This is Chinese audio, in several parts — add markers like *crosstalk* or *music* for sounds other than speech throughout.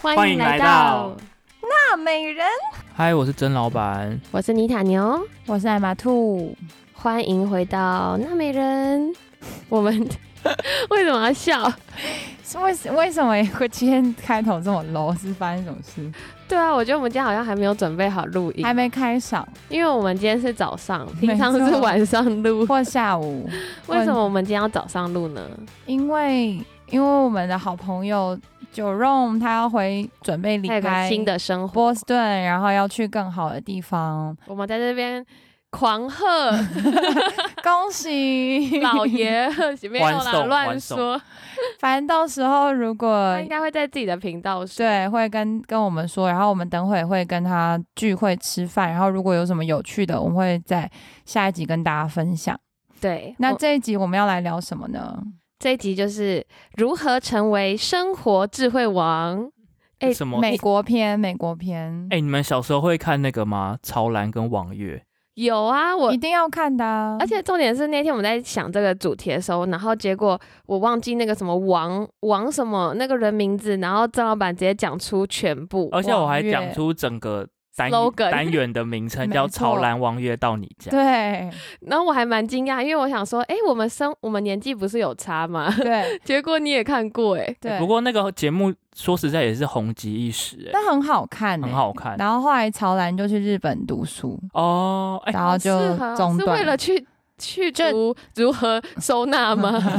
欢迎来到，大美人，嗨，我是曾老板。我是妮塔牛，我是艾玛兔，欢迎回到娜美人。 *laughs* 我们为什么要笑？是为什为什么会今天开头这么 low？是发生什么事？对啊，我觉得我们今天好像还没有准备好录音还，没开场因为我们今天是早上，没平常是错晚上 *laughs* 录。或下午，为什么我们今天要早上录呢？因为因为我们的好朋友九 r 他要回准备离还有个开新的生活，波士顿，然后要去更好的地 *laughs* 方。我们在这边狂贺恭喜老！ *laughs* 爷，没有欢啦，送乱欢送说。反正到时候如果他应该会在自己的频道说。对，会跟跟我们说，然后我们等会会跟他聚会吃饭，然后如果有什么有趣的，我们会在下一集跟大家分享。对，那我这一集我们要来聊什么呢？这一集就是如何成为生活智慧王。哎什么？美国篇，美国篇，哎、你们小时候会看那个吗？潮蓝跟网月，有啊，我一定要看的啊、而且重点是那天我们在想这个主题的时候，然后结果我忘记那个什么王王什么那个人名字，然后郑老板直接讲出全部哦而且我还网月讲出整个单 slogan 单元的名称没叫“错潮蓝网月到你家对然后我还蛮惊讶，因为我想说，哎、我们生我们年纪不是有差吗？ *laughs* 对结果你也看过哎、诶欸对，不过那个节目说实在也是红极一时、哎，但很好看、欸很。好看然后后来曹兰就去日本读书，哦。哎、然后适就合啊中是断。为了去去就读如何收纳吗？ *laughs* *laughs*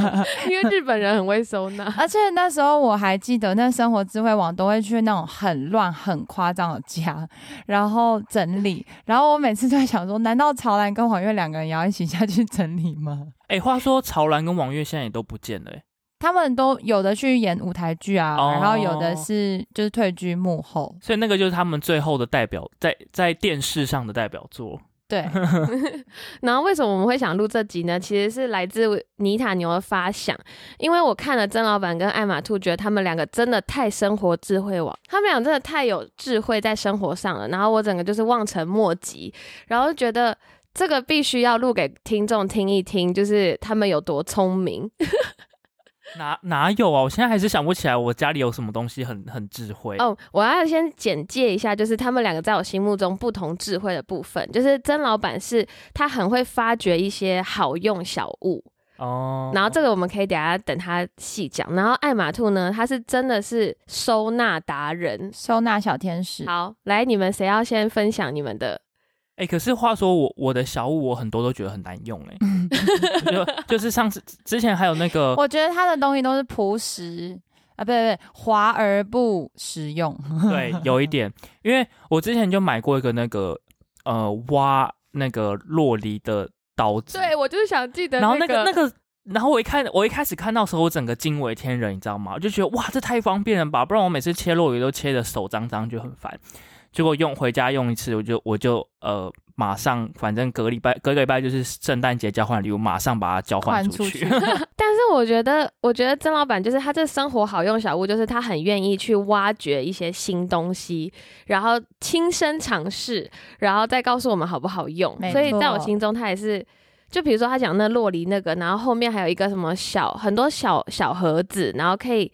因为日本人很会收纳。而且那时候我还记得，那生活智慧网都会去那种很乱、很夸张的家，然后整理。然后我每次都在想说，难道曹兰跟黄月两个人也要一起下去整理吗？哎、话说潮蓝跟网月现在也都不见了、哎他们都有的去演舞台剧啊，哦然后有的是就是退居幕后。所以那个就是他们最后的代表，在在电视上的代表作。对，然后为什么我们会想录这集呢？其实是来自尼塔牛的发想，因为我看了曾老板跟艾玛兔，觉得他们两个真的太生活智慧王，他们俩真的太有智慧在生活上了。然后我整个就是望尘莫及，然后就觉得这个必须要录给听众听一听，就是他们有多聪明。哪哪有啊？我现在还是想不起来我家里有什么东西很很智慧。哦，我要先简介一下，就是他们两个在我心目中不同智慧的部分。就是曾老板是他很会发掘一些好用小物，哦，然后这个我们可以等下等他细讲。然后艾玛兔呢，他是真的是收纳达人。收纳小天使。好，来你们谁要先分享你们的？哎、可是话说我我的小物我很多都觉得很难用哎、 *laughs* 就就是上次之前还有那个我觉得他的东西都是朴实啊，不对不对，华而不实 *laughs* 用。对有一点，因为我之前就买过一个那个呃挖那个洛梨的刀子，，我就是想记得然后那个那个。然后我一看，我一开始看到的时候，我整个惊为天人，你知道吗？我就觉得哇，这太方便了吧！不然我每次切洛梨都切的手脏脏，就很烦。结果用回家用一次，我就我就呃马上，反正隔礼拜隔个礼拜就是圣诞节交换礼物，马上把它交换换出出 *laughs* 去。 *laughs* 去嗯但是我觉得，我觉得曾老板就是他这生活好用小物，就是他很愿意去挖掘一些新东西，然后亲身尝试，然后再告诉我们好不好用没。所以在我错心中，他也是，就比如说他讲那洛梨那个，然后后面还有一个什么小很多小小盒子，然后可以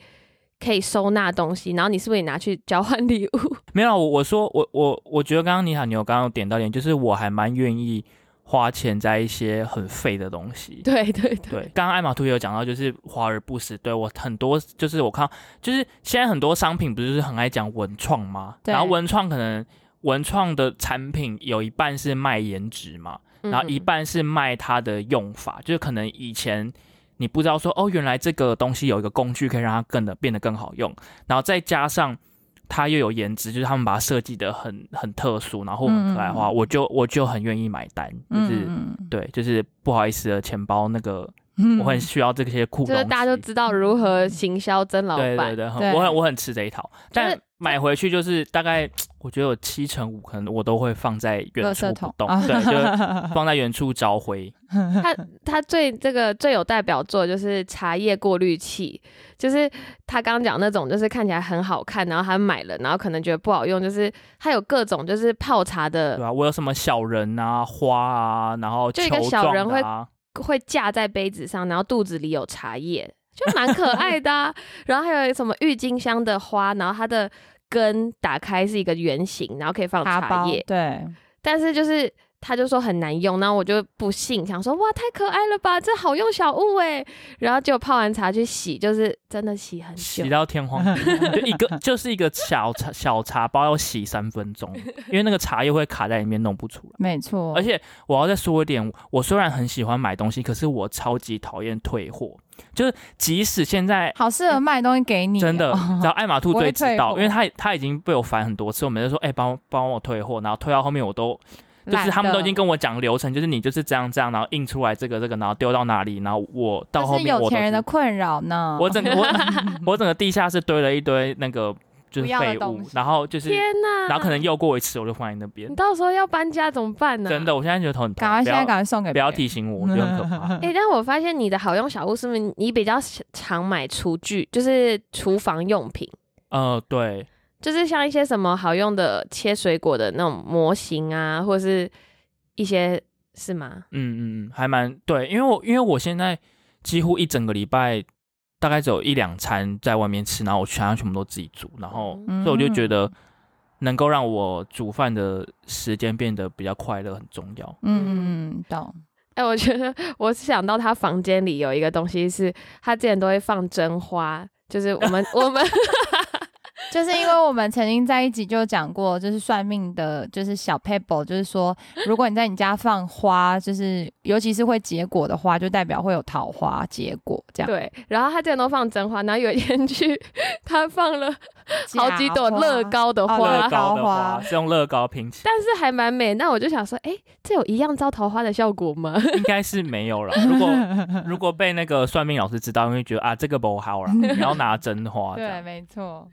可以收纳东西，然后你是不是也拿去交换礼物？ *laughs* 没有啊，我我说我我我觉得刚刚你好，你有刚刚有点到点，就是我还蛮愿意花钱在一些很废的东西。对对对，刚刚艾玛图也有讲到，就是华而不实。对我很多就是我看到，就是现在很多商品不是很爱讲文创吗？对然后文创可能文创的产品有一半是卖颜值嘛，然后一嗯半是卖它的用法，就是可能以前你不知道说哦，原来这个东西有一个工具可以让它更的变得更好用，然后再加上它又有颜值，就是他们把它设计的很很特殊，然后很可爱的话，嗯嗯嗯我就我就很愿意买单，就是、嗯，嗯对，就是不好意思的钱包那个，嗯我很需要这些酷就东是西。大家都知道如何行销曾老对对板。对，很对我很我很吃这一套，是但买回去就是大概我觉得有七成五可能我都会放在垃远处圾不桶动，啊对，就放在远处招灰。他他最这个最有代表作就是茶叶过滤器，就是他刚刚讲那种，就是看起来很好看，然后他买了，然后可能觉得不好用，就是他有各种就是泡茶对啊的，吧、我有什么小人啊、花啊，然后就球一个小状人的会啊会架在杯子上，然后肚子里有 *laughs* 茶叶，就蛮可爱的、啊。然后还有什么郁金香的花，然后它的。根打开是一个圆形，然后可以放茶茶包叶，对，但是就是他就说很难用，然后我就不信，想说哇太可爱了吧，这好用小物哎，然后就泡完茶去洗，就是真的洗很久洗，到天荒地老，就一个就是一个小茶小茶包要洗三分钟，因为那个茶叶会卡在里面弄不出来。没错，而且我要再说一点，我虽然很喜欢买东西，可是我超级讨厌退货，就是即使现在。好适合卖东西给你哦，真的，然后爱马兔不会最知退道，货因为他他已经被我烦很多次，我每次说，哎、帮我帮我退货，然后退到后面我都就懒是得他们都已经跟我讲流程，就是你就是这样这样，然后印出来这个这个，然后丢到哪里，然后我到后这是面有我都钱人的是困扰呢。我整个我 *laughs* *laughs* 我整个地下室堆了一堆那个就不是要的废东物西，然后就是天哪！然后可能又过一次我就放在那边你，到时候要搬家怎么办呢、真的，我现在觉得头很痛赶，快不现在要赶快送给不要别人提醒我，我觉得很可 *laughs* 怕。哎、但我发现你的好用小物是不是你比较常买厨具，就是厨房用品，呃，对，就是像一些什么好用的切水果的那种模型啊，或是一些是吗？嗯嗯，嗯，还蛮对，因为我因为我现在几乎一整个礼拜大概只有一两餐在外面吃，然后我其他全部都自己煮，然后嗯嗯所以我就觉得能够让我煮饭的时间变得比较快乐很重要。嗯嗯嗯，懂。哎、我觉得我是想到他房间里有一个东西是，他之前都会放真花，就是我 *laughs* 们我们就是因为我们曾经在一集就讲过，就是算命的，就是小 paper，就是说，如果你在你家放花，就是尤其是会结果的花，就代表会有桃花结果这样。对，然后他之前都放真花，然后有一天去他放了假花，好几朵乐高的哦花乐乐，高高的花话是用乐高拼起来，但是还蛮美。那我就想说，哎、这有一样招桃花的效果吗？ *laughs* 应该是没有了。如果如果被那个算命老师知道，会觉得啊这个不好啦，你要拿真花。这对，样没错。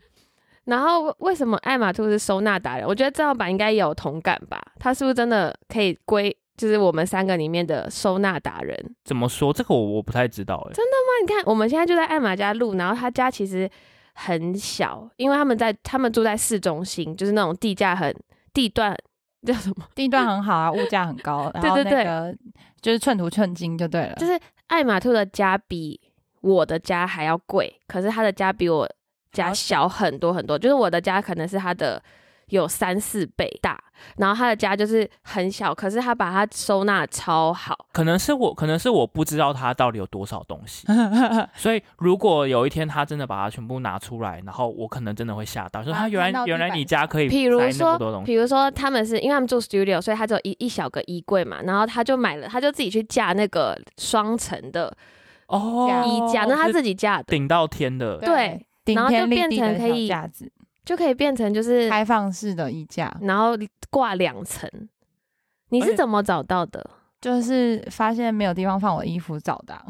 然后为为什么爱马兔是收纳达人？我觉得郑老板应该也有同感吧？他是不是真的可以归，就是我们三个里面的收纳达人？怎么说？这个我我不太知道哎、那你看，我们现在就在艾玛家录，然后他家其实很小，因为他们在他们住在市中心，就是那种地价很地段叫什么？地段很好啊，物价很高，然后对对那个就是寸土寸金就对了。 *laughs* 就是艾玛兔的家比我的家还要贵，可是他的家比我家好小很多很多，就是我的家可能是他的。有三四倍大，然后他的家就是很小，可是他把它收纳超好。可能是我，可能是我不知道他到底有多少东 *laughs* 西，所以如果有一天他真的把它全部拿出来，然后我可能真的会吓到，说啊他原看来到地原来板你家可以比如塞那么说多东西，比如说他们是因为他们住 studio，所以他只有一一小个衣柜嘛，然后他就买了，他就自己去架那个双层的哦，衣架，那他是自己架的，顶到天的，对，顶然后就天立变地成的可小以架子，就可以变成就是，开放式的衣架，然后挂两层。你而是且怎么找到的？就是发现没有地方放我衣服找 *laughs* 的啊、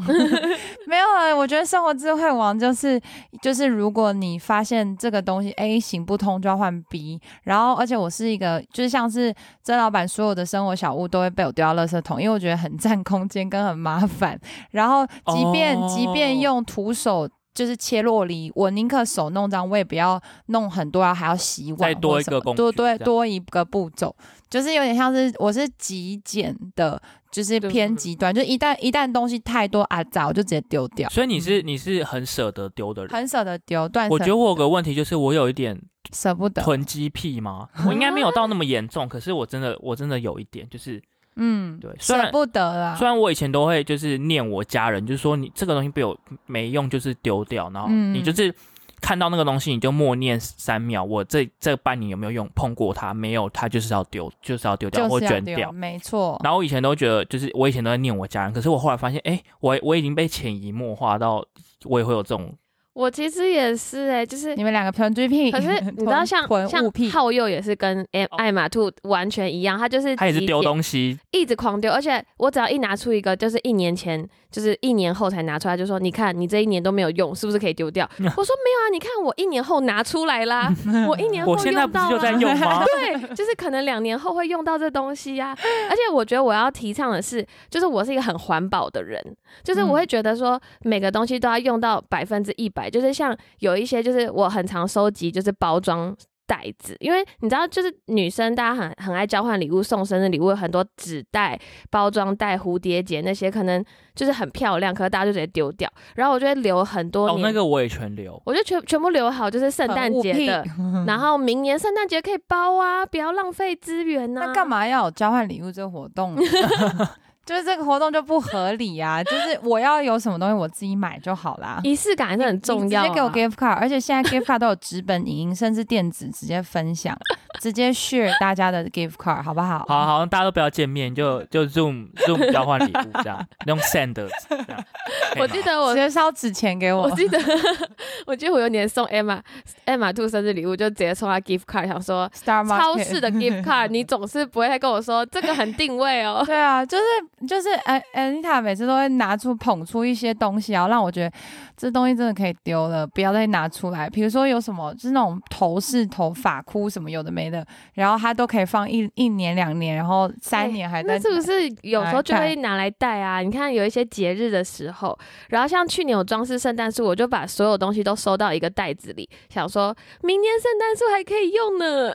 没有啊。我觉得生活智慧王就是就是，如果你发现这个东西 A 行不通，就要换 B。然后，而且我是一个，就是像是曾老板所有的生活小物都会被我丢到垃圾桶，因为我觉得很占空间跟很麻烦。然后，即便、哦即便用徒手。就是切洛梨，我宁可手弄脏，我也不要弄很多，然后还要洗碗或再什么，多一个工多具对这样多一个步骤，就是有点像是我是极简的，就是对嗯偏极端，就一旦一旦东西太多啊，早就直接丢掉，嗯所以你是你是很舍得丢的人。很舍得丢，断舍我觉得我有个问题，就是我有一点舍不得，囤积癖吗？我应该没有到那么严重，可是我真的我真的有一点，就是嗯，对，虽舍然不得啦虽，然我以前都会就是念我家人，就是说你这个东西被我没用，就是丢掉，然后嗯你就是看到那个东西你就默念三秒，我这这半年有没有用碰过它？没有，它就是要丢，就是要丢掉就或是要捐丢，嗯掉。没错，然后我以前都觉得，就是我以前都在念我家人，可是我后来发现，哎、我我已经被潜移默化到，我也会有这种，我其实也是哎、就是你们两个囤追癖，可 *laughs* 是你知道像囤囤像物癖，浩佑也是跟艾艾玛兔完全一样，他就是哦他也是极丢简东西，一直狂丢，而且我只要一拿出一个，就是一年前，就是一年后才拿出来，就说你看你这一年都没有用，是不是可以丢掉？我说没有啊，你看我一年后拿出来 *laughs* 啦，我一年后我现在用不到是就啊在用 *laughs* 吗？对，就是可能两年后会用到这东西呀、而且我觉得我要提倡的是，就是我是一个很环保的人，就是嗯我会觉得说每个东西都要用到百分之一百。就是像有一些，就是我很常收集，就是包装袋子，因为你知道，就是女生大家很很爱交换礼物，送生日礼物有很多纸袋、包装袋、蝴蝶结那些，可能就是很漂亮，可是大家就直接丢掉。然后我就会留很多哦，年，那个我也全留。我就全全部留好，就是圣很诞物节癖的，然后明年圣诞节可以包啊，不要浪费资源啊呐、那干？嘛要有交换礼物这个活动呢？ *laughs* 就是这个活动就不合理啊！就是我要有什么东西我自己买就好啦。仪式感还是很重要、啊。你直接给我 gift card，而且现在 gift card 都有纸本影音，甚至电子直接分享，直接 share 大家的 gift card，好不好？好，好像大家都不要见面，就就 Zoom Zoom 交换礼物这样，用 Send 的这样。可以吗我记得我 *laughs* 直接烧纸钱给我我。记得，我记得我有年送 Emma Emma Two 生日礼物，就直接送她 gift card，想说 Star Market 超市的 gift card，你总是不会再跟我说这个很定位哦。 *laughs* 对啊，就是就是，安安妮塔每次都会拿出捧出一些东西啊，然后让我觉得这东西真的可以丢了，不要再拿出来。比如说有什么就是那种头饰、头发箍什么有的没的，然后它都可以放一一年、两年，然后三年还在。哎那是不是有时候就会拿来带啊？你看有一些节日的时候，然后像去年我装饰圣诞树，我就把所有东西都收到一个袋子里，想说明年圣诞树还可以用呢。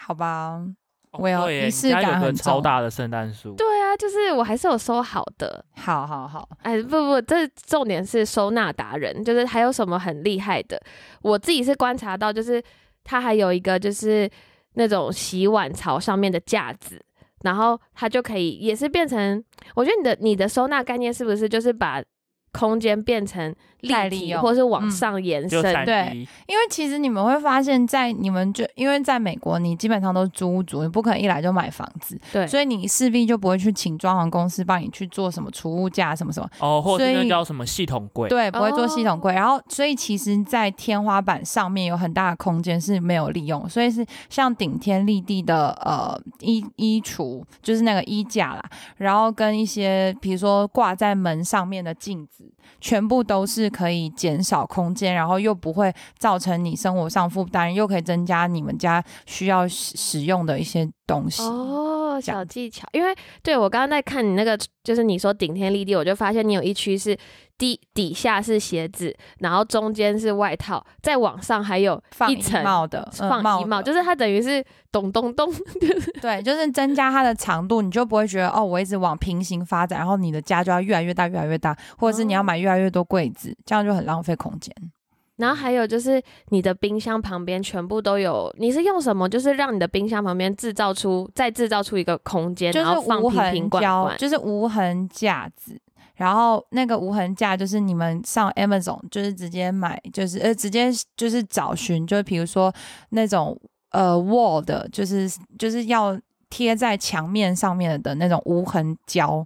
好吧？哦我有对耶仪你式家有感个很超重大的圣诞树。对啊，就是我还是有收好的。好好好，哎，不不，这重点是收纳达人，就是还有什么很厉害的？我自己是观察到，就是它还有一个就是那种洗碗槽上面的架子，然后它就可以也是变成，我觉得你的你的收纳概念是不是就是把空间变成立再利体，用或是往嗯上延就伸？三对 D，因为其实你们会发现在你们就因为在美国，你基本上都是租屋族，你不可能一来就买房子，对所以你势必就不会去请装潢公司帮你去做什么储物架什么什么。哦，或者是所那以叫什么系统柜，对，不会做系统柜。哦然后，所以其实，在天花板上面有很大的空间是没有利用，所以是像顶天立地的呃衣衣橱，就是那个衣架啦，然后跟一些比如说挂在门上面的镜子，全部都是可以减少空间，然后又不会造成你生活上负担，又可以增加你们家需要使使用的一些东西。哦，这小样技巧，因为对我刚刚在看你那个，就是你说顶天立地，我就发现你有一区是底底下是鞋子，然后中间是外套，再往上还有放一衣层帽的，嗯放衣帽，的就是它等于是咚咚咚，对，就是增加它的长度，你就不会觉得哦，我一直往平行发展，然后你的家就要越来越大、越来越大，或者是你要买越来越多柜子，这样就很浪费空间。然后还有就是你的冰箱旁边全部都有，你是用什么？就是让你的冰箱旁边制造出再制造出一个空间，就然后是放无瓶痕瓶罐胶，罐。就是无痕架子。然后那个无痕架就是你们上 Amazon 就是直接买，就是呃直接就是找寻，就是比如说那种呃 wall 的，就是就是要贴在墙面上面的那种无痕胶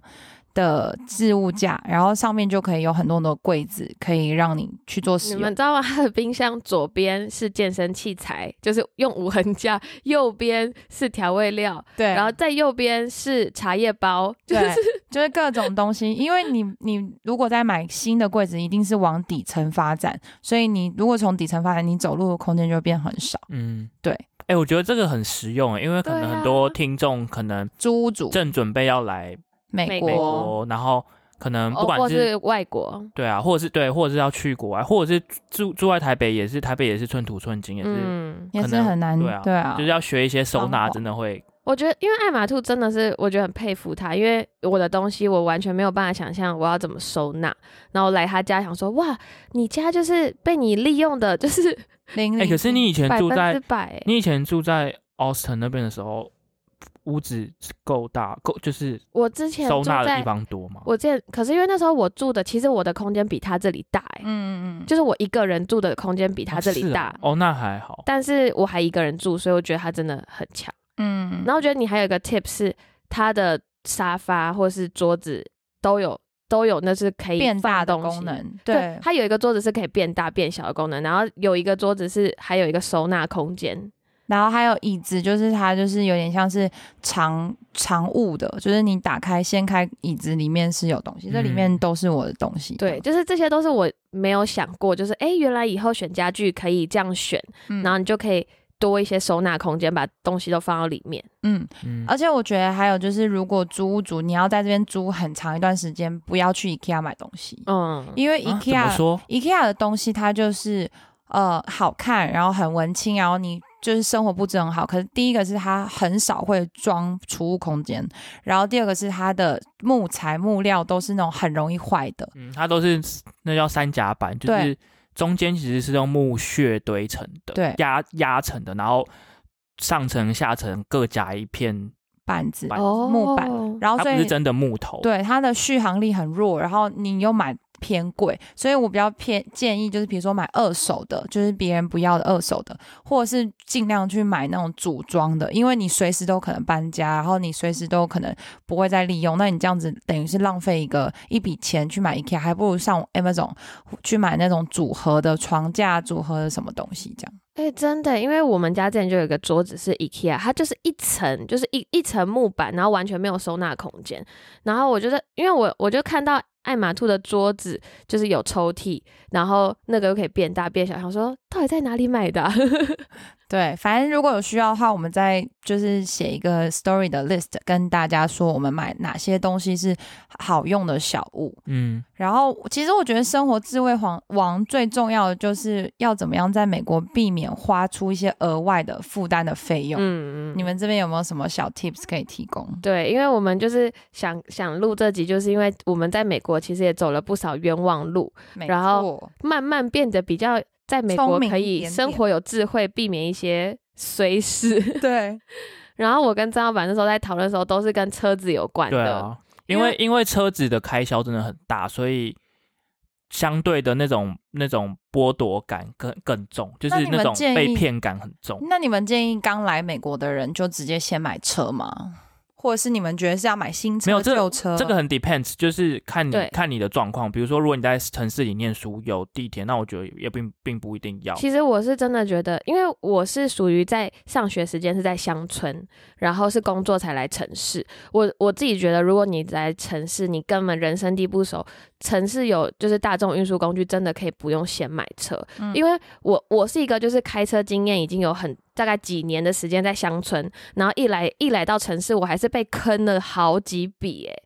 的置物架，然后上面就可以有很多很多柜子，可以让你去做你使们用。知道吗？它的冰箱左边是健身器材，就是用无痕架；右边是调味料，对，然后在右边是茶叶包， *laughs* 就是对，就是各种东西，因为你你如果在买新的柜子，一定是往底层发展，所以你如果从底层发展，你走路的空间就会变很少。嗯，对。哎、我觉得这个很实用、因为可对能很啊多听众可能租屋主正准备要来美美国，国，然后可能嗯不哦，管或是是外国，对啊，或者是对，或者是要去国外，或者是住住在台北，也是台北也是寸土寸金，也是、嗯，也可是能很难，对啊就是要学一些收纳，真的会我觉得因为艾玛兔真的是，我觉得很佩服他，因为我的东西我完全没有办法想象我要怎么收纳，然后来他家想说，哇，你家就是被你利用的，就是零哎、零可是 *laughs* 你以前嗯百住分之在百，你以前住在 Austin 那边的时候，屋子够大，够就是我之前收住纳的在地方多吗？我之前，可是因为那时候我住的，其实我的空间比他这里大、欸，嗯嗯嗯，就是我一个人住的空间比他这哦里是大，啊哦，那还好。但是我还一个人住，所以我觉得他真的很强。嗯，然后我觉得你还有一个 tip 是，它的沙发或是桌子都有都有，那是可以变大放的东西功。能，对对，，它有一个桌子是可以变大变小的功能，然后有一个桌子是还有一个收纳空间，然后还有椅子，就是它就是有点像是长长物的，就是你打开掀开椅子里面是有东西，这里面嗯都是我的东西，对，，就是这些都是我没有想过，就是哎，诶原来以后选家具可以这样选，嗯然后你就可以多一些收纳空间，把东西都放到里面。嗯，嗯，而且我觉得还有就是，如果租屋族你要在这边租很长一段时间，不要去 IKEA 买东西，嗯，因为哦啊怎 IKEA、么说？ IKEA 的东西它就是呃好看，然后很文青，然后你就是生活布置很好，可是第一个是它很少会装储物空间，然后第二个是它的木材木料都是那种很容易坏的，嗯，它都是那叫三甲板，就对是中间其实是用木屑堆成的，对压压成的，然后上层下层各夹一片，板子，板哦，木板然后它所不是以真的木头，，对它的续航力很弱，然后你又买偏贵，所以我比较偏建议就是比如说买二手的，就是别人不要的二手的，或者是尽量去买那种组装的，因为你随时都可能搬家，然后你随时都可能不会再利用，那你这样子等于是浪费一个一笔钱去买 IKEA，还不如上 Amazon 去买那种组合的床架、组合的什么东西这样。哎、真的，因为我们家之前就有一个桌子是 IKEA，它就是一层，就是一一层木板，然后完全没有收纳空间。然后我觉得，因为我我就看到爱马兔的桌子就是有抽屉，然后那个又可以变大变小，想说到底在哪里买的啊、 *laughs* 对，反正如果有需要的话，我们再就是写一个 story 的 list，跟大家说我们买哪些东西是好用的小物。嗯，然后，其实我觉得生活智慧王王最重要的就是要怎么样在美国避免花出一些额外的负担的费用。嗯你们这边有没有什么小 tips 可以提供？对，因为我们就是想想录这集，就是因为我们在美国其实也走了不少冤枉路，没然后错慢慢变得比较在美国聪明可一以点生点活有智慧，避免一些 *laughs* 随事。对，然后我跟张老板那时候在讨论的时候，都是跟车子有关对的。啊，因因为为因为车子的开销真的很大，所以。相对的那种那种剥夺感更更重，就那是你那们种建被议骗感很重。 *laughs* 那你们建议刚来美国的人就直接先买车吗？或者是你们觉得是要买新车、没有这个旧车？这个很 depends，就是看你对看你的状况。比如说，如果你在城市里念书有地铁，那我觉得也并并不一定要。其实我是真的觉得，因为我是属于在上学时间是在乡村，然后是工作才来城市。我我自己觉得，如果你来城市，你根本人生地不熟，城市有就是大众运输工具，真的可以不用先买车。嗯因为我我是一个就是开车经验已经有很大概几年的时间在乡村，然后一来一来到城市，我还是被坑了好几笔诶、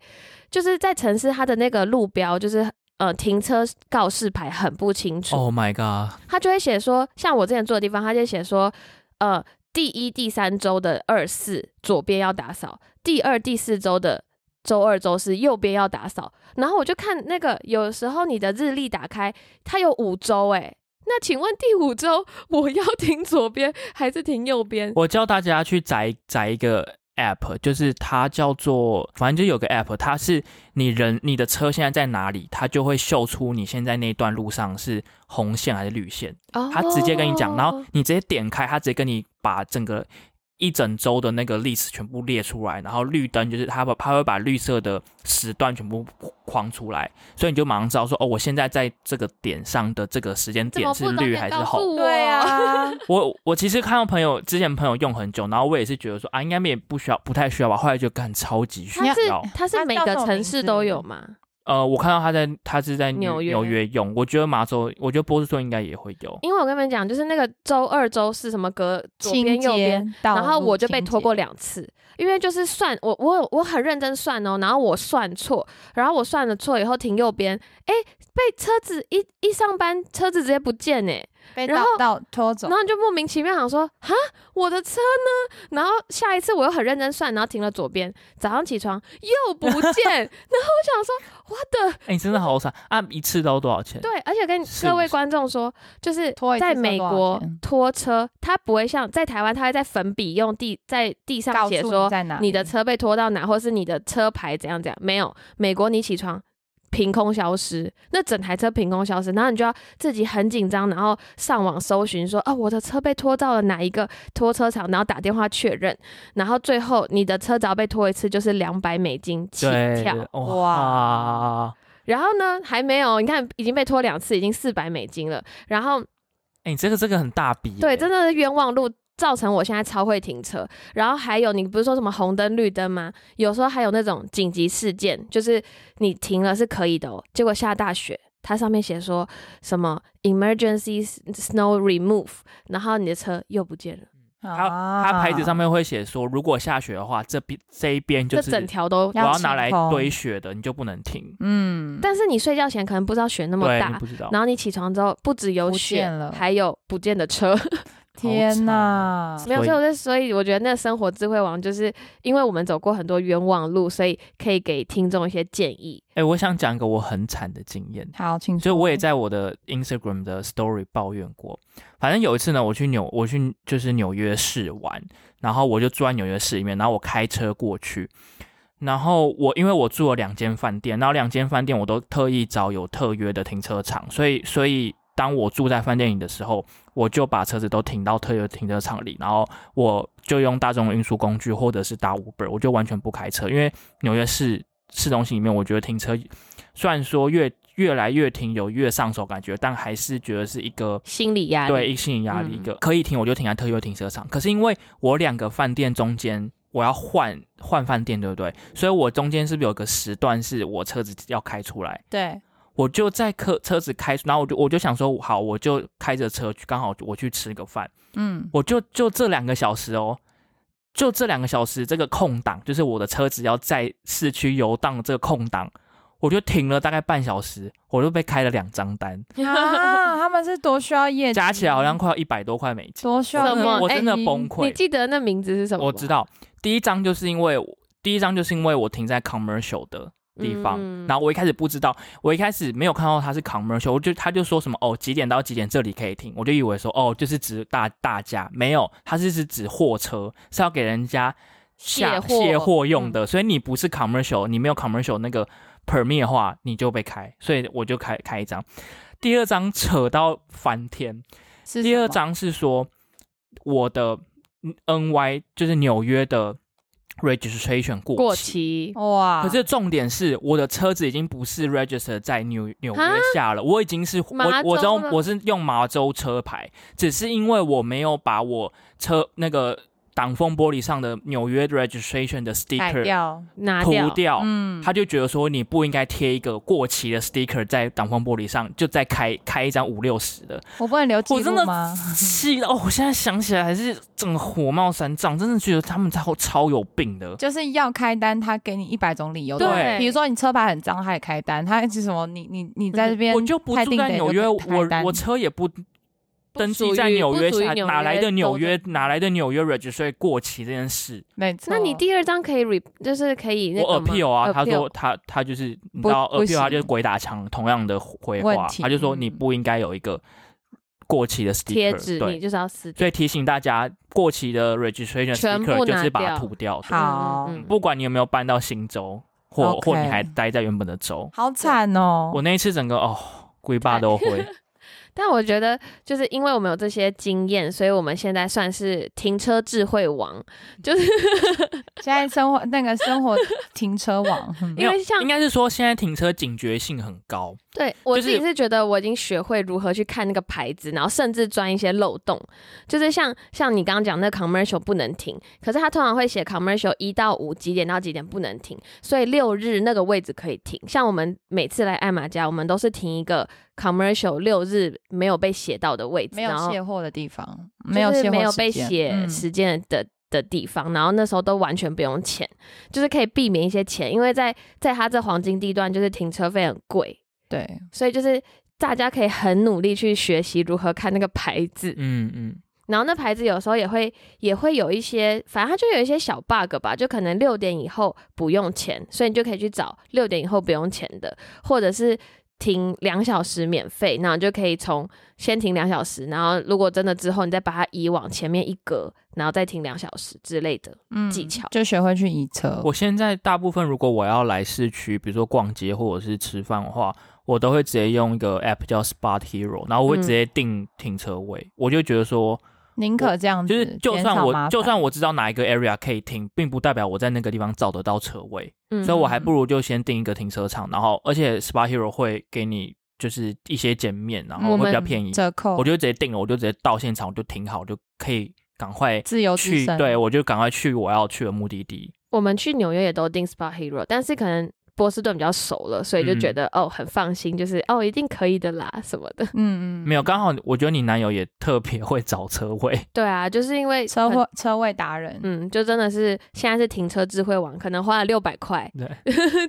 就是在城市它的那个路标就是。呃，停车告示牌很不清楚 Oh my god！他就会写说，像我之前住的地方，他就写说，呃，第一、第三周的二四左边要打扫，第二、第四周的周二、周四右边要打扫。然后我就看那个，有时候你的日历打开，它有五周，诶，那请问第五周我要停左边还是停右边？我教大家去载载一个 app，就是它叫做，反正就有个 app，它是你人你的车现在在哪里，它就会秀出你现在那段路上是红线还是绿线，它直接跟你讲，然后哦你直接点开，它直接跟你把整个。一整周的那个历史全部列出来，然后绿灯就是它把它会把绿色的时段全部框出来，所以你就马上知道说哦，我现在在这个点上的这个时间怎点么是不绿懂还还是告红。诉我？对啊，我我其实看到朋友之前朋友用很久，然后我也是觉得说啊，应该也不需要，不太需要吧。后来就干超级需它是要。它是它每叫个什么城名市字都有嘛？呃，我看到他在他是在纽纽约纽约用，我觉得麻州，我觉得波士顿应该也会有。因为我跟你们讲，就是那个周二、周四什么隔左边、清右边洁，，道然后路我就被清拖洁过两次，因为就是算我我有我很认真算哦，然后我算错，然后我算了错以后停右边，哎，被车子一一上班车子直接不见哎，被然盗后盗拖走然。后就莫名其妙想说哈我的车呢，然后下一次我又很认真算，然后停了左边，早上起床又不见，然后我 *laughs* 想说我的哎、你真的好傻啊！一次都多少钱？对，而且跟是各不位是观众说，就是拖一次在车美多少国钱拖车，它不会像在台湾，它会在粉笔用地在地上告写诉说你在哪里，你的车被拖到哪，或是你的车牌怎样怎样，没有。美国你起床凭空消失，那整台车凭空消失，然后你就要自己很紧张，然后上网搜寻说，哦，我的车被拖到了哪一个拖车场，然后打电话确认，然后最后你的车只要被拖一次就是两百美金起对跳。哇！然后呢，还没有，你看已经被拖两次，已经四百美金了。然后哎、你这个这个很大笔耶、对，真的是冤枉路，造成我现在超会停车。然后还有，你不是说什么红灯绿灯吗？有时候还有那种紧急事件，就是你停了是可以的哦，结果下大雪。它上面写说什么 emergency snow remove，然后你的车又不见了，它啊，它牌子上面会写说，如果下雪的话，这边这一边就这是整条都。我要拿要来清空堆雪的，你就不能停。嗯，但是你睡觉前可能不知道雪那么对，你大，不知道。然后你起床之后不只有不雪见，了还有不见的车。哦天哪！没有，所所以我以就所以我觉得那生活智慧王就是因为我们走过很多冤枉路，所以可以给听众一些建议。哎、我想讲一个我很惨的经验，好，请所以说。我也在我的 Instagram 的 Story 抱怨过。反正有一次呢，我去纽，我去就是纽约市玩，然后我就住在纽约市里面，然后我开车过去，然后我因为我住了两间饭店，然后两间饭店我都特意找有特约的停车场，所以所以当我住在饭店里的时候，我就把车子都停到特约停车场里，然后我就用大众运输工具或者是打 Uber，我就完全不开车，因为纽约市市中心里面，我觉得停车虽然说越越来越停有越上手感觉，但还是觉得是一个心理压力，对，一个心理压力，嗯一个可以停我就停在特约停车场。可是因为我两个饭店中间我要换换饭店，对不对？所以我中间是不是有个时段是我车子要开出来？对，我就在客车子开，然后我就我就想说，好，我就开着车去，刚好我去吃个饭， *laughs* 嗯，我就就这两个小时哦。就这两个小时，这个空档就是我的车子要在市区游荡的这个空档，我就停了大概半小时，我就被开了两张单，啊，他们是多需要业绩，加起来好像快要一百多块美金。多需什要么我业真的绩崩溃。哦哎你记得那名字是什么吗？我知道，第一张就是因为我第一张就是因为我停在 commercial 的地方，嗯然后我一开始不知道，我一开始没有看到它是 commercial，我就他就说什么哦几点到几点这里可以停，我就以为说哦就是指大大家，没有，它是是指货车，是要给人家下卸货卸货用的，所以你不是 commercial，你没有 commercial 那个 permit 的话，你就被开，所以我就开开一张，第二张扯到翻天，是第什二么章是说我的 N Y 就是纽约的 registration 过过期，哇，可是重点是我的车子已经不是 register 在纽纽约啊下了，我已经是我麻我州用了我是用麻州车牌，只是因为我没有把我车那个挡风玻璃上的纽约 registration 的改 sticker 掉，拿涂掉，掉，嗯，他就觉得说你不应该贴一个过期的 sticker 在挡风玻璃上，就再开开一张五六十的，我不能留记我真录的吗？气到哦！我现在想起来还是整个火冒三丈，真的觉得他们超超有病的。就是要开单，他给你一百种理由。对比如说你车牌很脏，他也开单，他一直什么你你你在这边，我就不太住定在得纽就约，不开我单我车也不不登属记在于纽不约属于下，纽哪来的纽州约哪来的纽约 registry 过期这件事？没错。那你第二张可以 re 就是可以那我个 appeal 啊，吗他 appeal 说他他就是你知不道不 appeal 啊他就行是鬼打墙，同样的回问话，题他就说你嗯不应该有一个过期的 sticker，贴纸，对你就是要撕掉。所以提醒大家，过期的 registration 全部 sticker 就拿是把它掉涂掉。好嗯嗯嗯不管你有没有搬到新州，或 OK 或你还待在原本的州。好惨哦，我那一次整个哦，龟爸都会，但我觉得，就是因为我们有这些经验，所以我们现在算是停车智慧王，就是现在生活那个生活停车 *laughs* 网，嗯因为像应该是说现在停车警觉性很高，对我就是自己是觉得我已经学会如何去看那个牌子，然后甚至钻一些漏洞。就是像像你刚刚讲那 commercial 不能停，可是它通常会写 commercial 一到五几点到几点不能停，所以六日那个位置可以停。像我们每次来艾玛家，我们都是停一个 commercial 六日没有被写到的位置，没然有后卸货的地方，就是没有卸货没有时被间写嗯时间的。的地方，然后那时候都完全不用钱，就是可以避免一些钱，因为在在它这黄金地段，就是停车费很贵，对，所以就是大家可以很努力去学习如何看那个牌子，嗯嗯，然后那牌子有时候也会也会有一些，反正它就有一些小 bug 吧，就可能六点以后不用钱，所以你就可以去找六点以后不用钱的，或者是停两小时免费，那你就可以从先停两小时，然后如果真的之后你再把它移往前面一格，然后再停两小时之类的。嗯技巧就学会去移车。我现在大部分如果我要来市区，比如说逛街或者是吃饭的话，我都会直接用一个 app 叫 Spot Hero，然后我会嗯直接定停车位，我就觉得说，宁可这嗯样子，就是就减算少我麻就烦算我知道哪一个 area 可以停，并不代表我在那个地方找得到车位。嗯所以我还不如就先定一个停车场，然后而且 Spa Hero 会给你就是一些减免，然后我会们比较便宜。折扣，我就直接定了，我就直接到现场，我就停好，我就可以赶快自由之去，身对我就赶快去我要去的目的地。我们去纽约也都订 SPA Hero，但是可能波士顿比较熟了，所以就觉得、哦很放心，就是哦一定可以的啦什么的。嗯嗯，没有，刚好我觉得你男友也特别会找车位，对啊，就是因为车很位车位达人，嗯，就真的是现在是停车智慧网，可能花了六百块对，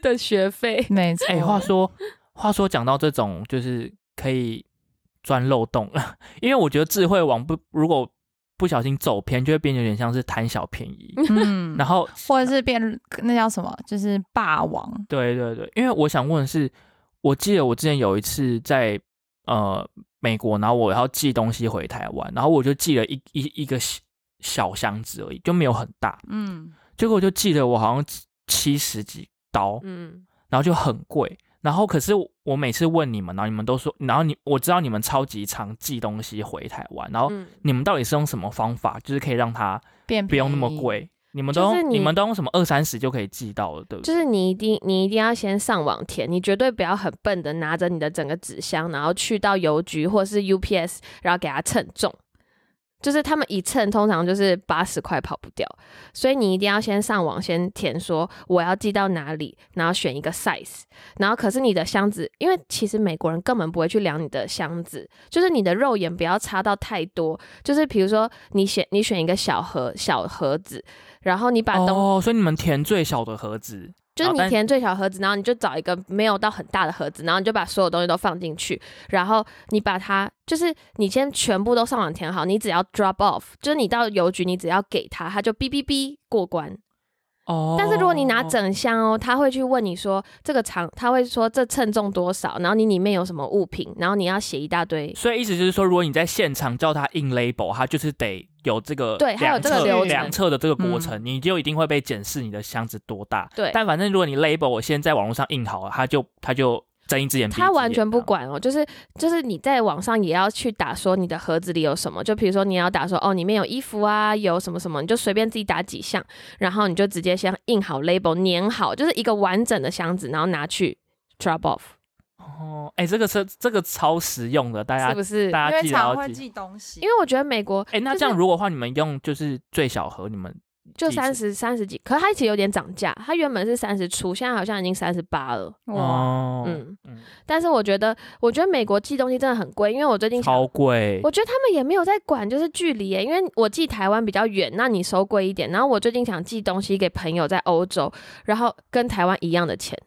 的学费。没错。哎、话说，话说讲到这种就是可以钻漏洞，因为我觉得智慧网不如果不小心走偏，就会变得有点像是贪小便宜。 *laughs* 嗯，然后，或者是变那叫什么，就是霸王，对对对，因为我想问的是，我记得我之前有一次在呃美国，然后我要寄东西回台湾，然后我就寄了一一一个小小箱子而已，就没有很大，嗯，结果我就记得我好像七十几刀，嗯，然后就很贵。然后可是我每次问你们，然后你们都说，然后你我知道你们超级常寄东西回台湾，然后嗯你们到底是用什么方法，就是可以让它变不用那么便宜，贵？你们就都用、是你你们都用什么二三十就可以寄到了，对不就对？是你一定你一定要先上网填，你绝对不要很笨的拿着你的整个纸箱，然后去到邮局或是 UPS，然后给它称重。就是他们一称通常就是八十块跑不掉，所以你一定要先上网先填说我要寄到哪里，然后选一个 size，然后可是你的箱子，因为其实美国人根本不会去量你的箱子，就是你的肉眼不要差到太多，就是比如说你选你选一个小盒小盒子，然后你把东哦，所以你们填最小的盒子，就是好但你填最小盒子，然后你就找一个没有到很大的盒子，然后你就把所有东西都放进去，然后你把它，就是你先全部都上网填好，你只要 drop off，就是你到邮局你只要给他，他就哔哔哔过关。哦。但是如果你拿整箱哦，他会去问你说这个长，他会说这称重多少，然后你里面有什么物品，然后你要写一大堆。所以意思就是说，如果你在现场叫他印 label，他就是得有这个对它有量这个测流程嗯量测的这个过程，你就一定会被检视你的箱子多大。对但反正如果你 label 我先在网络上印好了，他就他就睁一只眼闭一只眼他完全不。管哦，就是就是你在网上也要去打说你的盒子里有什么，就比如说你要打说哦里面有衣服啊，有什么什么，你就随便自己打几项，然后你就直接先印好 label 粘好，就是一个完整的箱子，然后拿去 drop off，这样哦，哎、这个是这个超实用的，大家是不是？哎大家因为记得常要会记。寄东西，因为我觉得美国哎、那就是这样如果的话，你们用就是最小盒，你们就几次三十三十几，可是它其实有点涨价，它原本是三十出，现在好像已经三十八了，哇，哦，嗯嗯，但是我觉得我觉得美国寄东西真的很贵，因为我最近想超贵，我觉得他们也没有在管，就是距离耶，因为我寄台湾比较远，那你收贵一点。然后我最近想寄东西给朋友在欧洲，然后跟台湾一样的钱，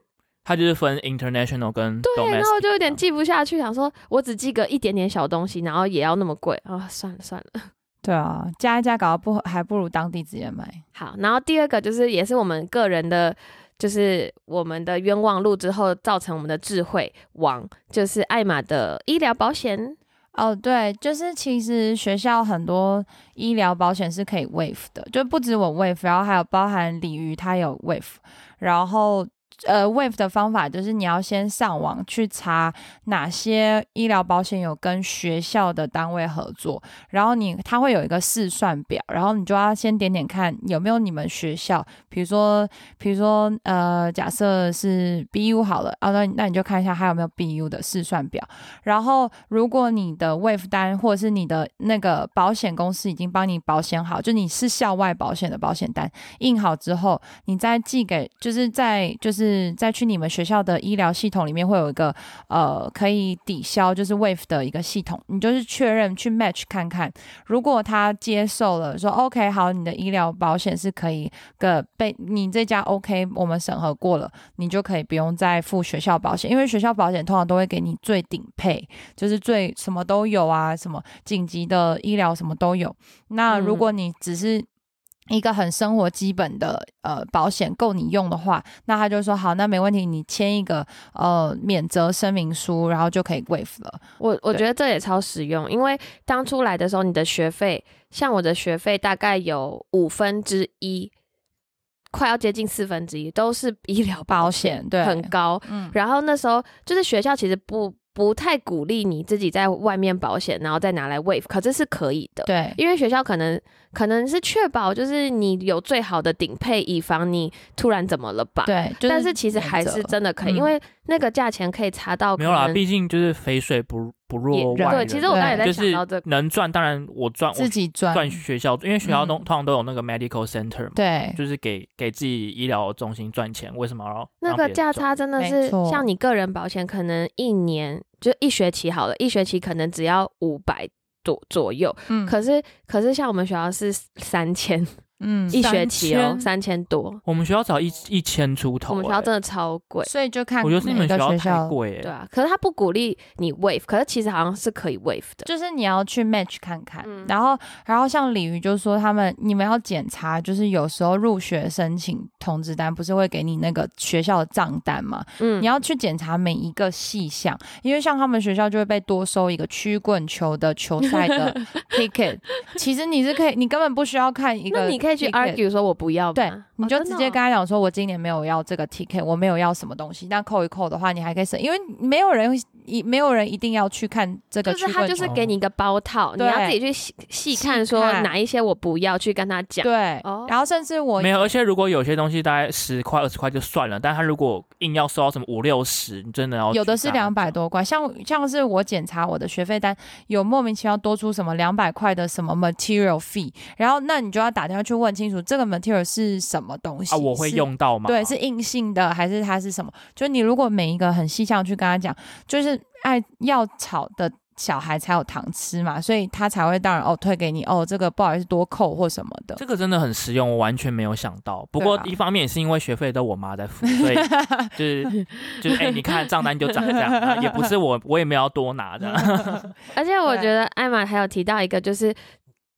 它就是分 international 跟对，然 domestic，后我就有点寄不下去，想说我只寄个一点点小东西，然后也要那么贵啊、算了算了。 *laughs* 对啊，加一加搞得不还不如当地直接买，好，然后第二个就是也是我们个人的。就是我们的冤枉路之后造成我们的智慧王，就是艾玛的医疗保险。哦，对，就是其实学校很多医疗保险是可以 waive 的，就不止我 waive，然后还有包含鲤鱼它有 waive，然后呃 waive 的方法就是你要先上网去查哪些医疗保险有跟学校的单位合作，然后你它会有一个试算表，然后你就要先点点看有没有你们学校，比如说比如说呃假设是 BU 好了，啊那那你就看一下还有没有 BU 的试算表。然后，如果你的 wave 单或者是你的那个保险公司已经帮你保险好，就你是校外保险的保险单印好之后，你再寄给，就是在就是再去你们学校的医疗系统里面会有一个呃可以抵消就是 wave 的一个系统，你就是确认去 match 看看，如果他接受了说 OK 好，你的医疗保险是可以个被你这家 OK 我们审核过了，你就可以不用再付学校保险，因为学校保险通常都会给你最顶配，就是最什么都有啊，什么紧急的医疗什么都有。那如嗯果你只是一个很生活基本的呃保险够你用的话，那他就说好，那没问题，你签一个呃免责声明书，然后就可以 waive 了。我我对觉得这也超实用，因为当初来的时候，你的学费，像我的学费大概有五分之一，快要接近四分之一，都是医疗保保险对很高。嗯，然后那时候就是学校其实不不太鼓励你自己在外面保险，然后再拿来 waive，可这是可以的。对，因为学校可能可能是确保就是你有最好的顶配，以防你突然怎么了吧。对，就但是其实免还责是真的可以，嗯因为那个价钱可以查到没有啦，可能毕竟就是肥水不不落也外对，人。其实我刚才也在就想是到这个，能赚，当然我赚，我自己赚赚学校，因为学校都嗯通常都有那个 medical center 嘛，对，就是给给自己医疗中心赚钱，为什么要那让个别人价赚？差真的没是错像你个人保险，可能一年就一学期好了，一学期可能只要五百左左右，嗯可是可是像我们学校是三千，嗯，一学期哦， 3000三千多，我们学校只要一一千出头、我欸，们学校真的超贵。所以就看我觉得是你们每个校学太贵、欸，对啊，可是他不鼓励你 waive，可是其实好像是可以 waive 的。就是你要去 match 看看，嗯然后然后像鲤鱼就说他们你们要检查，就是有时候入学申请通知单不是会给你那个学校的账单嘛，嗯你要去检查每一个细项，因为像他们学校就会被多收一个曲棍球的球 *laughs* 赛的 ticket，其实你是可以，你根本不需要看一个 ticket，那你可以去 argue 说我不要吧，对哦，你就直接真跟，的哦他讲说，我今年没有要这个 ticket，我没有要什么东西。那扣一扣的话，你还可以省，因为没有人一没有人一定要去看这个就区是块。他就是给你一个包套，你对要自己去细细看细说看哪一些我不要去跟他讲。对，哦然后甚至我没有，而且如果有些东西大概十块二十块就算了，但他如果硬要收到什么五六十，你真的要有的去是打两百多块，像像是我检查我的学费单，有莫名其妙多出什么两百块的什么 material fee，然后那你就要打电话去问清楚这个 material 是什么东西啊，我会是用到吗？对，是硬性的还是它是什么？就你如果每一个很细项去跟他讲，就是爱要吵的小孩才有糖吃嘛，所以他才会当然哦退给你哦，这个不好意思多扣或什么的。这个真的很实用，我完全没有想到。不对过啊一方面也是因为学费都我妈在付， *laughs* 所以就是就是哎、你看账单就长这样，那也不是我我也没有要多拿嗯的。而且我对觉得艾玛还有提到一个，就是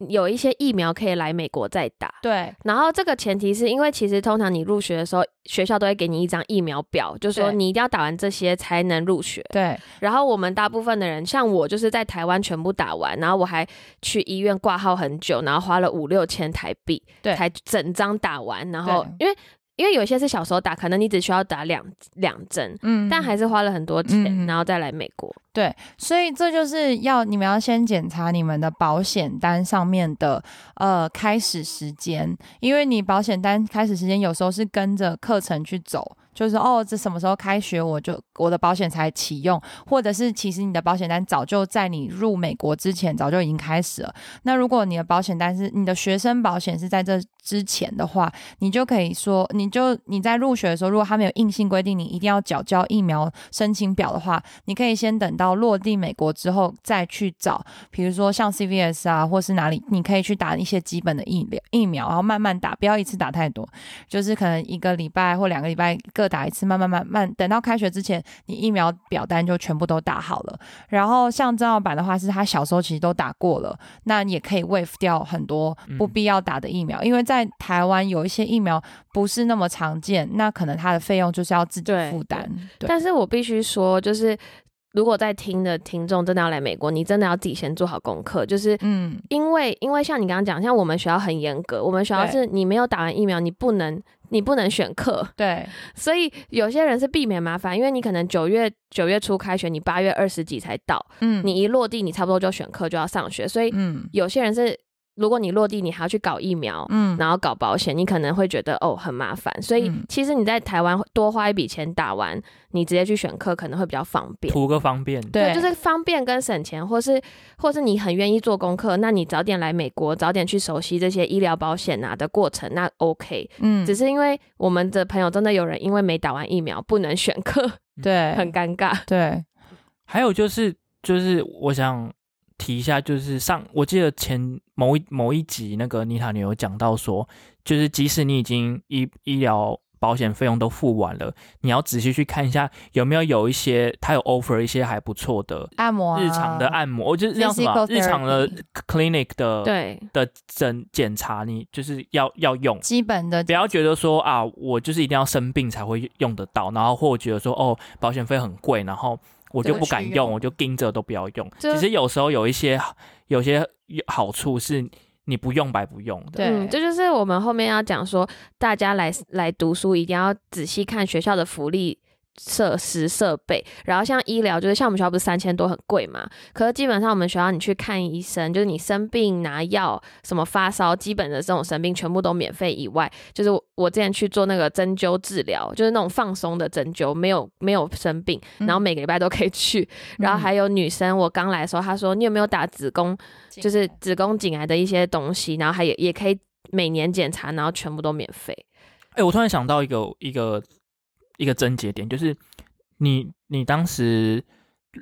有一些疫苗可以来美国再打。对然后这个前提是因为其实通常你入学的时候，学校都会给你一张疫苗表，就说对你一定要打完这些才能入学。对，然后我们大部分的人，像我就是在台湾全部打完，然后我还去医院挂号很久，然后花了五六千台币，对才整张打完。然后对因为因为有些是小时候打，可能你只需要打两两针，嗯，但还是花了很多钱，嗯嗯然后再来美国。对，所以这就是要你们要先检查你们的保险单上面的呃开始时间，因为你保险单开始时间有时候是跟着课程去走，就是说哦，这什么时候开学我就我的保险才启用，或者是其实你的保险单早就在你入美国之前早就已经开始了。那如果你的保险单是你的学生保险是在这之前的话，你就可以说，你就你在入学的时候，如果他没有硬性规定你一定要缴交疫苗申请表的话，你可以先等到落地美国之后再去找，比如说像 CVS 啊，或是哪里，你可以去打一些基本的疫苗，疫苗，然后慢慢打，不要一次打太多，就是可能一个礼拜或两个礼拜各打一次，慢慢慢慢，等到开学之前，你疫苗表单就全部都打好了。然后像郑老板的话，是他小时候其实都打过了，那也可以 waive 掉很多不必要打的疫苗，因为在台湾有一些疫苗不是那么常见，那可能它的费用就是要自己对负担。对，但是我必须说，就是如果在听的听众真的要来美国，你真的要自己先做好功课，就是。嗯，因为，因为像你刚刚讲，像我们学校很严格，我们学校对是你没有打完疫苗，你不能，你不能选课， *laughs* 对所以有些人是避免麻烦，因为你可能九月九月初开学，你八月二十几才到，嗯，你一落地，你差不多就选课就要上学，所以嗯有些人是，如果你落地，你还要去搞疫苗，嗯然后搞保险，你可能会觉得哦很麻烦，所以嗯其实你在台湾多花一笔钱打完，你直接去选课可能会比较方便。 *laughs* 图个方便，对，就是方便跟省钱，或是或是你很愿意做功课，那你早点来美国，早点去熟悉这些医疗保险啊的过程，那 OK。嗯只是因为我们的朋友真的有人因为没打完疫苗不能选课，对很尴尬。对还有就是，就是我想提一下，就是上我记得前某一某一集那个妮塔你有讲到说，就是即使你已经医医疗保险费用都付完了，你要仔细去看一下有没有有一些他有 offer 一些还不错的按摩、啊、日常的按摩，就是叫什么啊 Physical 日常的 therapy clinic 哦的对，的诊检查，你就是要要用。基本的不要觉得说啊，我就是一定要生病才会用得到，然后或觉得说哦，保险费很贵，然后我就不敢对不去用，用我就盯着都不要用。就其实有时候有一些有些好处是你不用白不用的。对嗯，这就是我们后面要讲说，大家来来读书一定要仔细看学校的福利。设施设备，然后像医疗，就是像我们学校不是三千多很贵嘛？可是基本上我们学校你去看医生，就是你生病拿药、什么发烧，基本的这种生病全部都免费以外，就是我我之前去做那个针灸治疗，就是那种放松的针灸，没有没有生病，然后每个礼拜都可以去。然后还有女生，我刚来的时候，她说你有没有打子宫就是子宫颈癌的一些东西，然后还也也可以每年检查，然后全部都免费。哎、我突然想到一个一个一个症结点，就是你你当时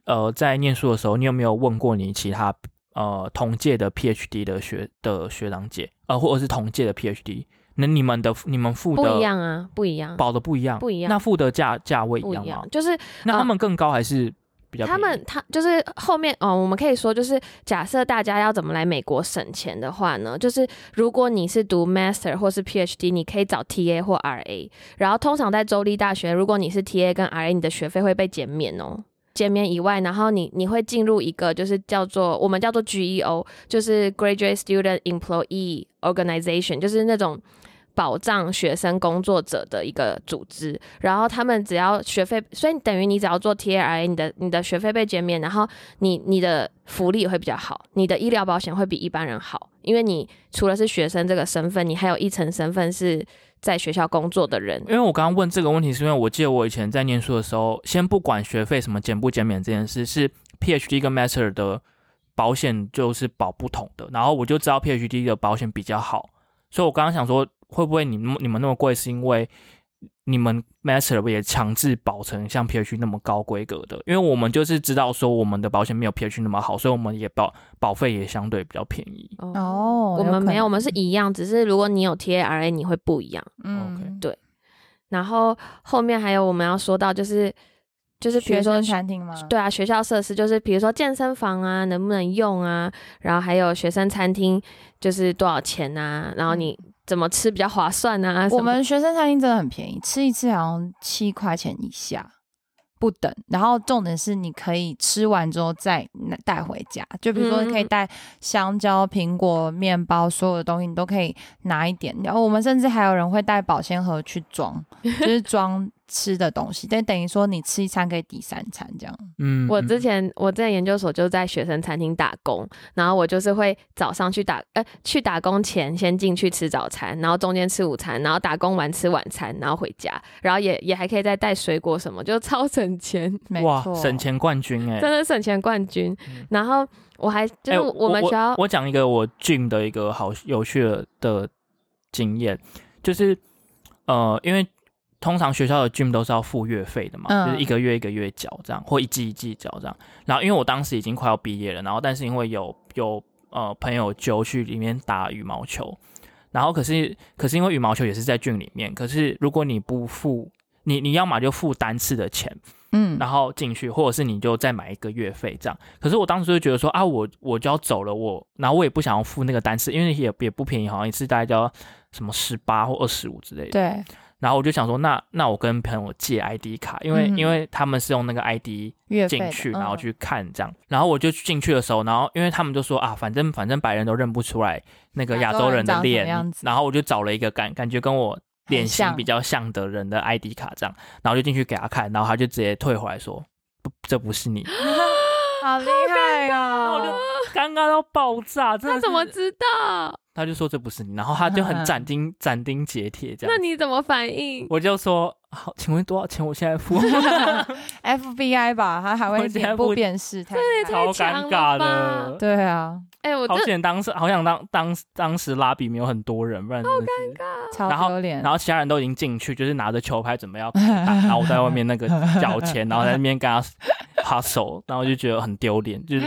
呃在念书的时候，你有没有问过你其他呃同届的 PhD 的学的学长姐，呃或者是同届的 PhD，那你们的你们付不一的样啊，不一样，保的不一样，不一样那付的价价位一不一样吗样，？就是那呃他们更高还是比较便宜？他们他就是后面哦，我们可以说就是假设大家要怎么来美国省钱的话呢，就是如果你是读 master 或是 PhD，你可以找 TA 或 RA，然后通常在州立大学，如果你是 TA 跟 RA，你的学费会被减免哦。减免以外，然后你你会进入一个就是叫做我们叫做 E GEO，就是 Graduate Student Employee Organization，就是那种保障学生工作者的一个组织，然后他们只要学费，所以等于你只要做 TRI，你的你的学费被减免，然后你你的福利会比较好，你的医疗保险会比一般人好，因为你除了是学生这个身份，你还有一层身份是在学校工作的人。因为我刚刚问这个问题，是因为我记得我以前在念书的时候，先不管学费什么减不减免这件事，是 PhD 跟 Master 的保险就是保不同的，然后我就知道 PhD 的保险比较好，所以我刚刚想说，会不会你们你们那么贵，是因为你们 Master 也强制保成像 PhD 那么高规格的？因为我们就是知道说我们的保险没有 PhD 那么好，所以我们也保保费也相对比较便宜。哦我们没有可能有，我们是一样，只是如果你有 TRI，你会不一样。嗯，对然后后面还有我们要说到就是就是比学如说生餐厅嗯吗？对啊，学校设施就是比如说健身房啊，能不能用啊？然后还有学生餐厅就是多少钱啊？然后嗯你怎么吃比较划算啊？什么我们学生餐厅真的很便宜，吃一次好像七块钱以下不等。然后重点是你可以吃完之后再拿带回家，就比如说嗯你可以带香蕉、苹果、面包，所有的东西你都可以拿一点。然后我们甚至还有人会带保鲜盒去 *laughs* 装，就是装吃的东西，但等于说你吃一餐可以抵三餐这样。嗯，我嗯之前我在研究所就在学生餐厅打工，然后我就是会早上去打呃去打工前先进去吃早餐，然后中间吃午餐，然后打工完吃晚餐，然后回家，然后也也还可以再带水果什么，就超省钱，没哇错，省钱冠军哎、嗯真的省钱冠军。然后我还就哎是我们学校、我讲一个我 gym 的一个好有趣的的经验，就是呃，因为通常学校的 gym 都是要付月费的嘛，嗯就是一个月一个月缴这样，或一季一季缴这样。然后因为我当时已经快要毕业了，然后但是因为有有呃朋友揪去里面打羽毛球，然后可是可是因为羽毛球也是在 gym 里面，可是如果你不付，你你要么就付单次的钱。嗯然后进去，或者是你就再买一个月费这样。可是我当时就觉得说啊，我我就要走了，我然后我也不想要付那个单次，因为也也不便宜，好像一次大概就要什么十八或二十五之类的。对然后我就想说，那那我跟朋友借 ID 卡，因为、嗯哼因为他们是用那个 ID 月费进的去，嗯然后去看这样。然后我就进去的时候，然后因为他们就说啊，反正反正白人都认不出来那个亚亚洲洲人人的长什么脸样，子然后我就找了一个感感觉跟我脸型比较像的人的 ID 卡这样，然后就进去给他看，然后他就直接退回来说。不，这不是你，好厉害我就哦！尴尬到爆炸，真他的是怎么知道？他就说这不是你，然后他就很斩钉斩钉截铁这样。那你怎么反应？我就说，好，请问多少钱？我现在付，哦 *laughs* FBI 吧，他还我会觉得脸不部辨识，太厉害了超强了尴尬吧的。对啊，哎、我好真的险当时好想当当当时拉比没有很多人，不然好尴尬。超然后丢脸。 *laughs* 然后其他人都已经进去，就是拿着球拍准 *laughs* 备要打，然后我在外面那个脚前，然后在那边跟他哈手，然后就觉得很丢脸，就是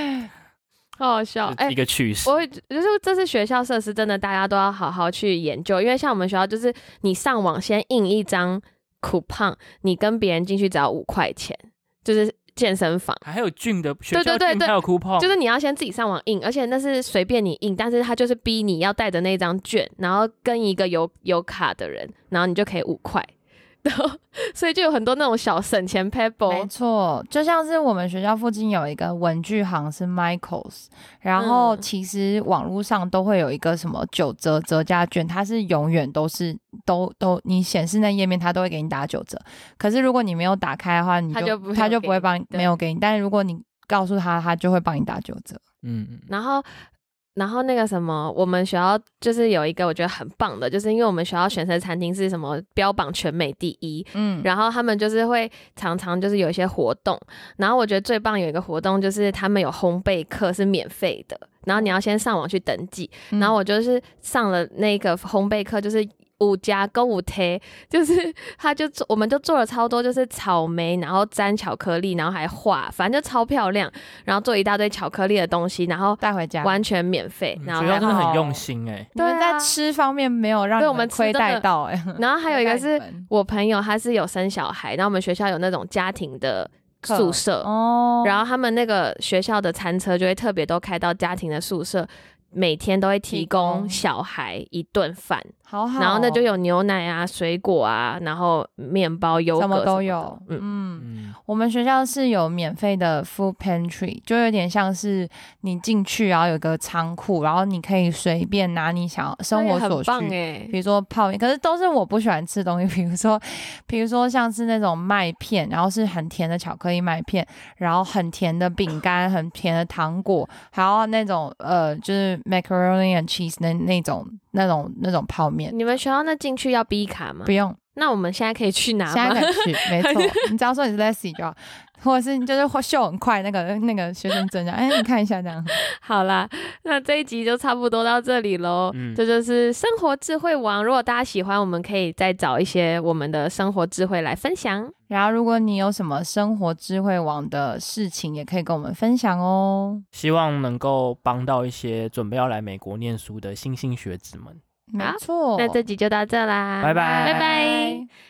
好好笑。哎、一个趣事。我会就是这次学校设施真的大家都要好好去研究，因为像我们学校就是你上网先印一张 coupon，你跟别人进去只要五块钱，就是健身房。还有俊的学校对对俊对还有 coupon，就是你要先自己上网印，而且那是随便你印，但是他就是逼你要带着那张券，然后跟一个有有卡的人，然后你就可以五块， *laughs* 然后所以就有很多那种小省钱 pebble，没错，就像是我们学校附近有一个文具行是 Michaels，然后嗯其实网络上都会有一个什么九折折价券，它是永远都是都都你显示那页面，它都会给你打九折。可是如果你没有打开的话，你它就就不会它就给不会你帮你对没有给你，但是如果你告诉他，他就会帮你打九折。嗯嗯然后。然后那个什么，我们学校就是有一个我觉得很棒的，就是因为我们学校选择餐厅是什么标榜全美第一，嗯，然后他们就是会常常就是有一些活动，然后我觉得最棒有一个活动就是他们有烘焙课是免费嗯的，然后你要先上网去登记，然后我就是上了那个烘焙课，就是五加跟五贴，就是 *laughs* 他就做，我们就做了超多，就是草莓，然后沾巧克力，然后还画，反正就超漂亮，然后做一大堆巧克力的东西，然后带回家。完全免费，然后嗯学校还真的好很用心哎、你对们啊在吃方面没有让对你我们吃亏真的待到哎、 *laughs* 然后还 *laughs* 有一个是亏待你们我朋友，他是有生小孩，然后我们学校有那种家庭的课宿舍，哦，然后他们那个学校的餐车就会特别都开到家庭的宿舍，每天都会提提供供小孩一顿饭，好哦好，然后那就有牛奶啊、水果啊，然后面包、优格什么么都的有，嗯，嗯，嗯，我们学校是有免费的 food pantry，就有点像是你进去，然后有个仓库，然后你可以随便拿你想要生活所很棒需。哎比，如说泡面，可是都是我不喜欢吃的东西。比如说，比如说像是那种麦片，然后是很甜的巧克力麦片，然后很甜的饼干，很甜的糖果，还有那种呃，就是 macaroni and cheese 那那种那种那种泡面，你们学校那进去要 B 卡吗不？用 *laughs* 那我们现在可以去拿现在吗？敢去，没错，你只要说你是 Leslie 就好，或者是你就是会秀很快那个那个学生证这样，哎、你看一下这样。 *laughs* 好啦，那这一集就差不多到这里喽。嗯这就是生活智慧王。如果大家喜欢，我们可以再找一些我们的生活智慧来分享。哦然后，如果你有什么生活智慧网的事情，也可以跟我们分享哦。希望能够帮到一些准备要来美国念书的新兴学子们。没错，那这集就到这啦，拜拜拜拜。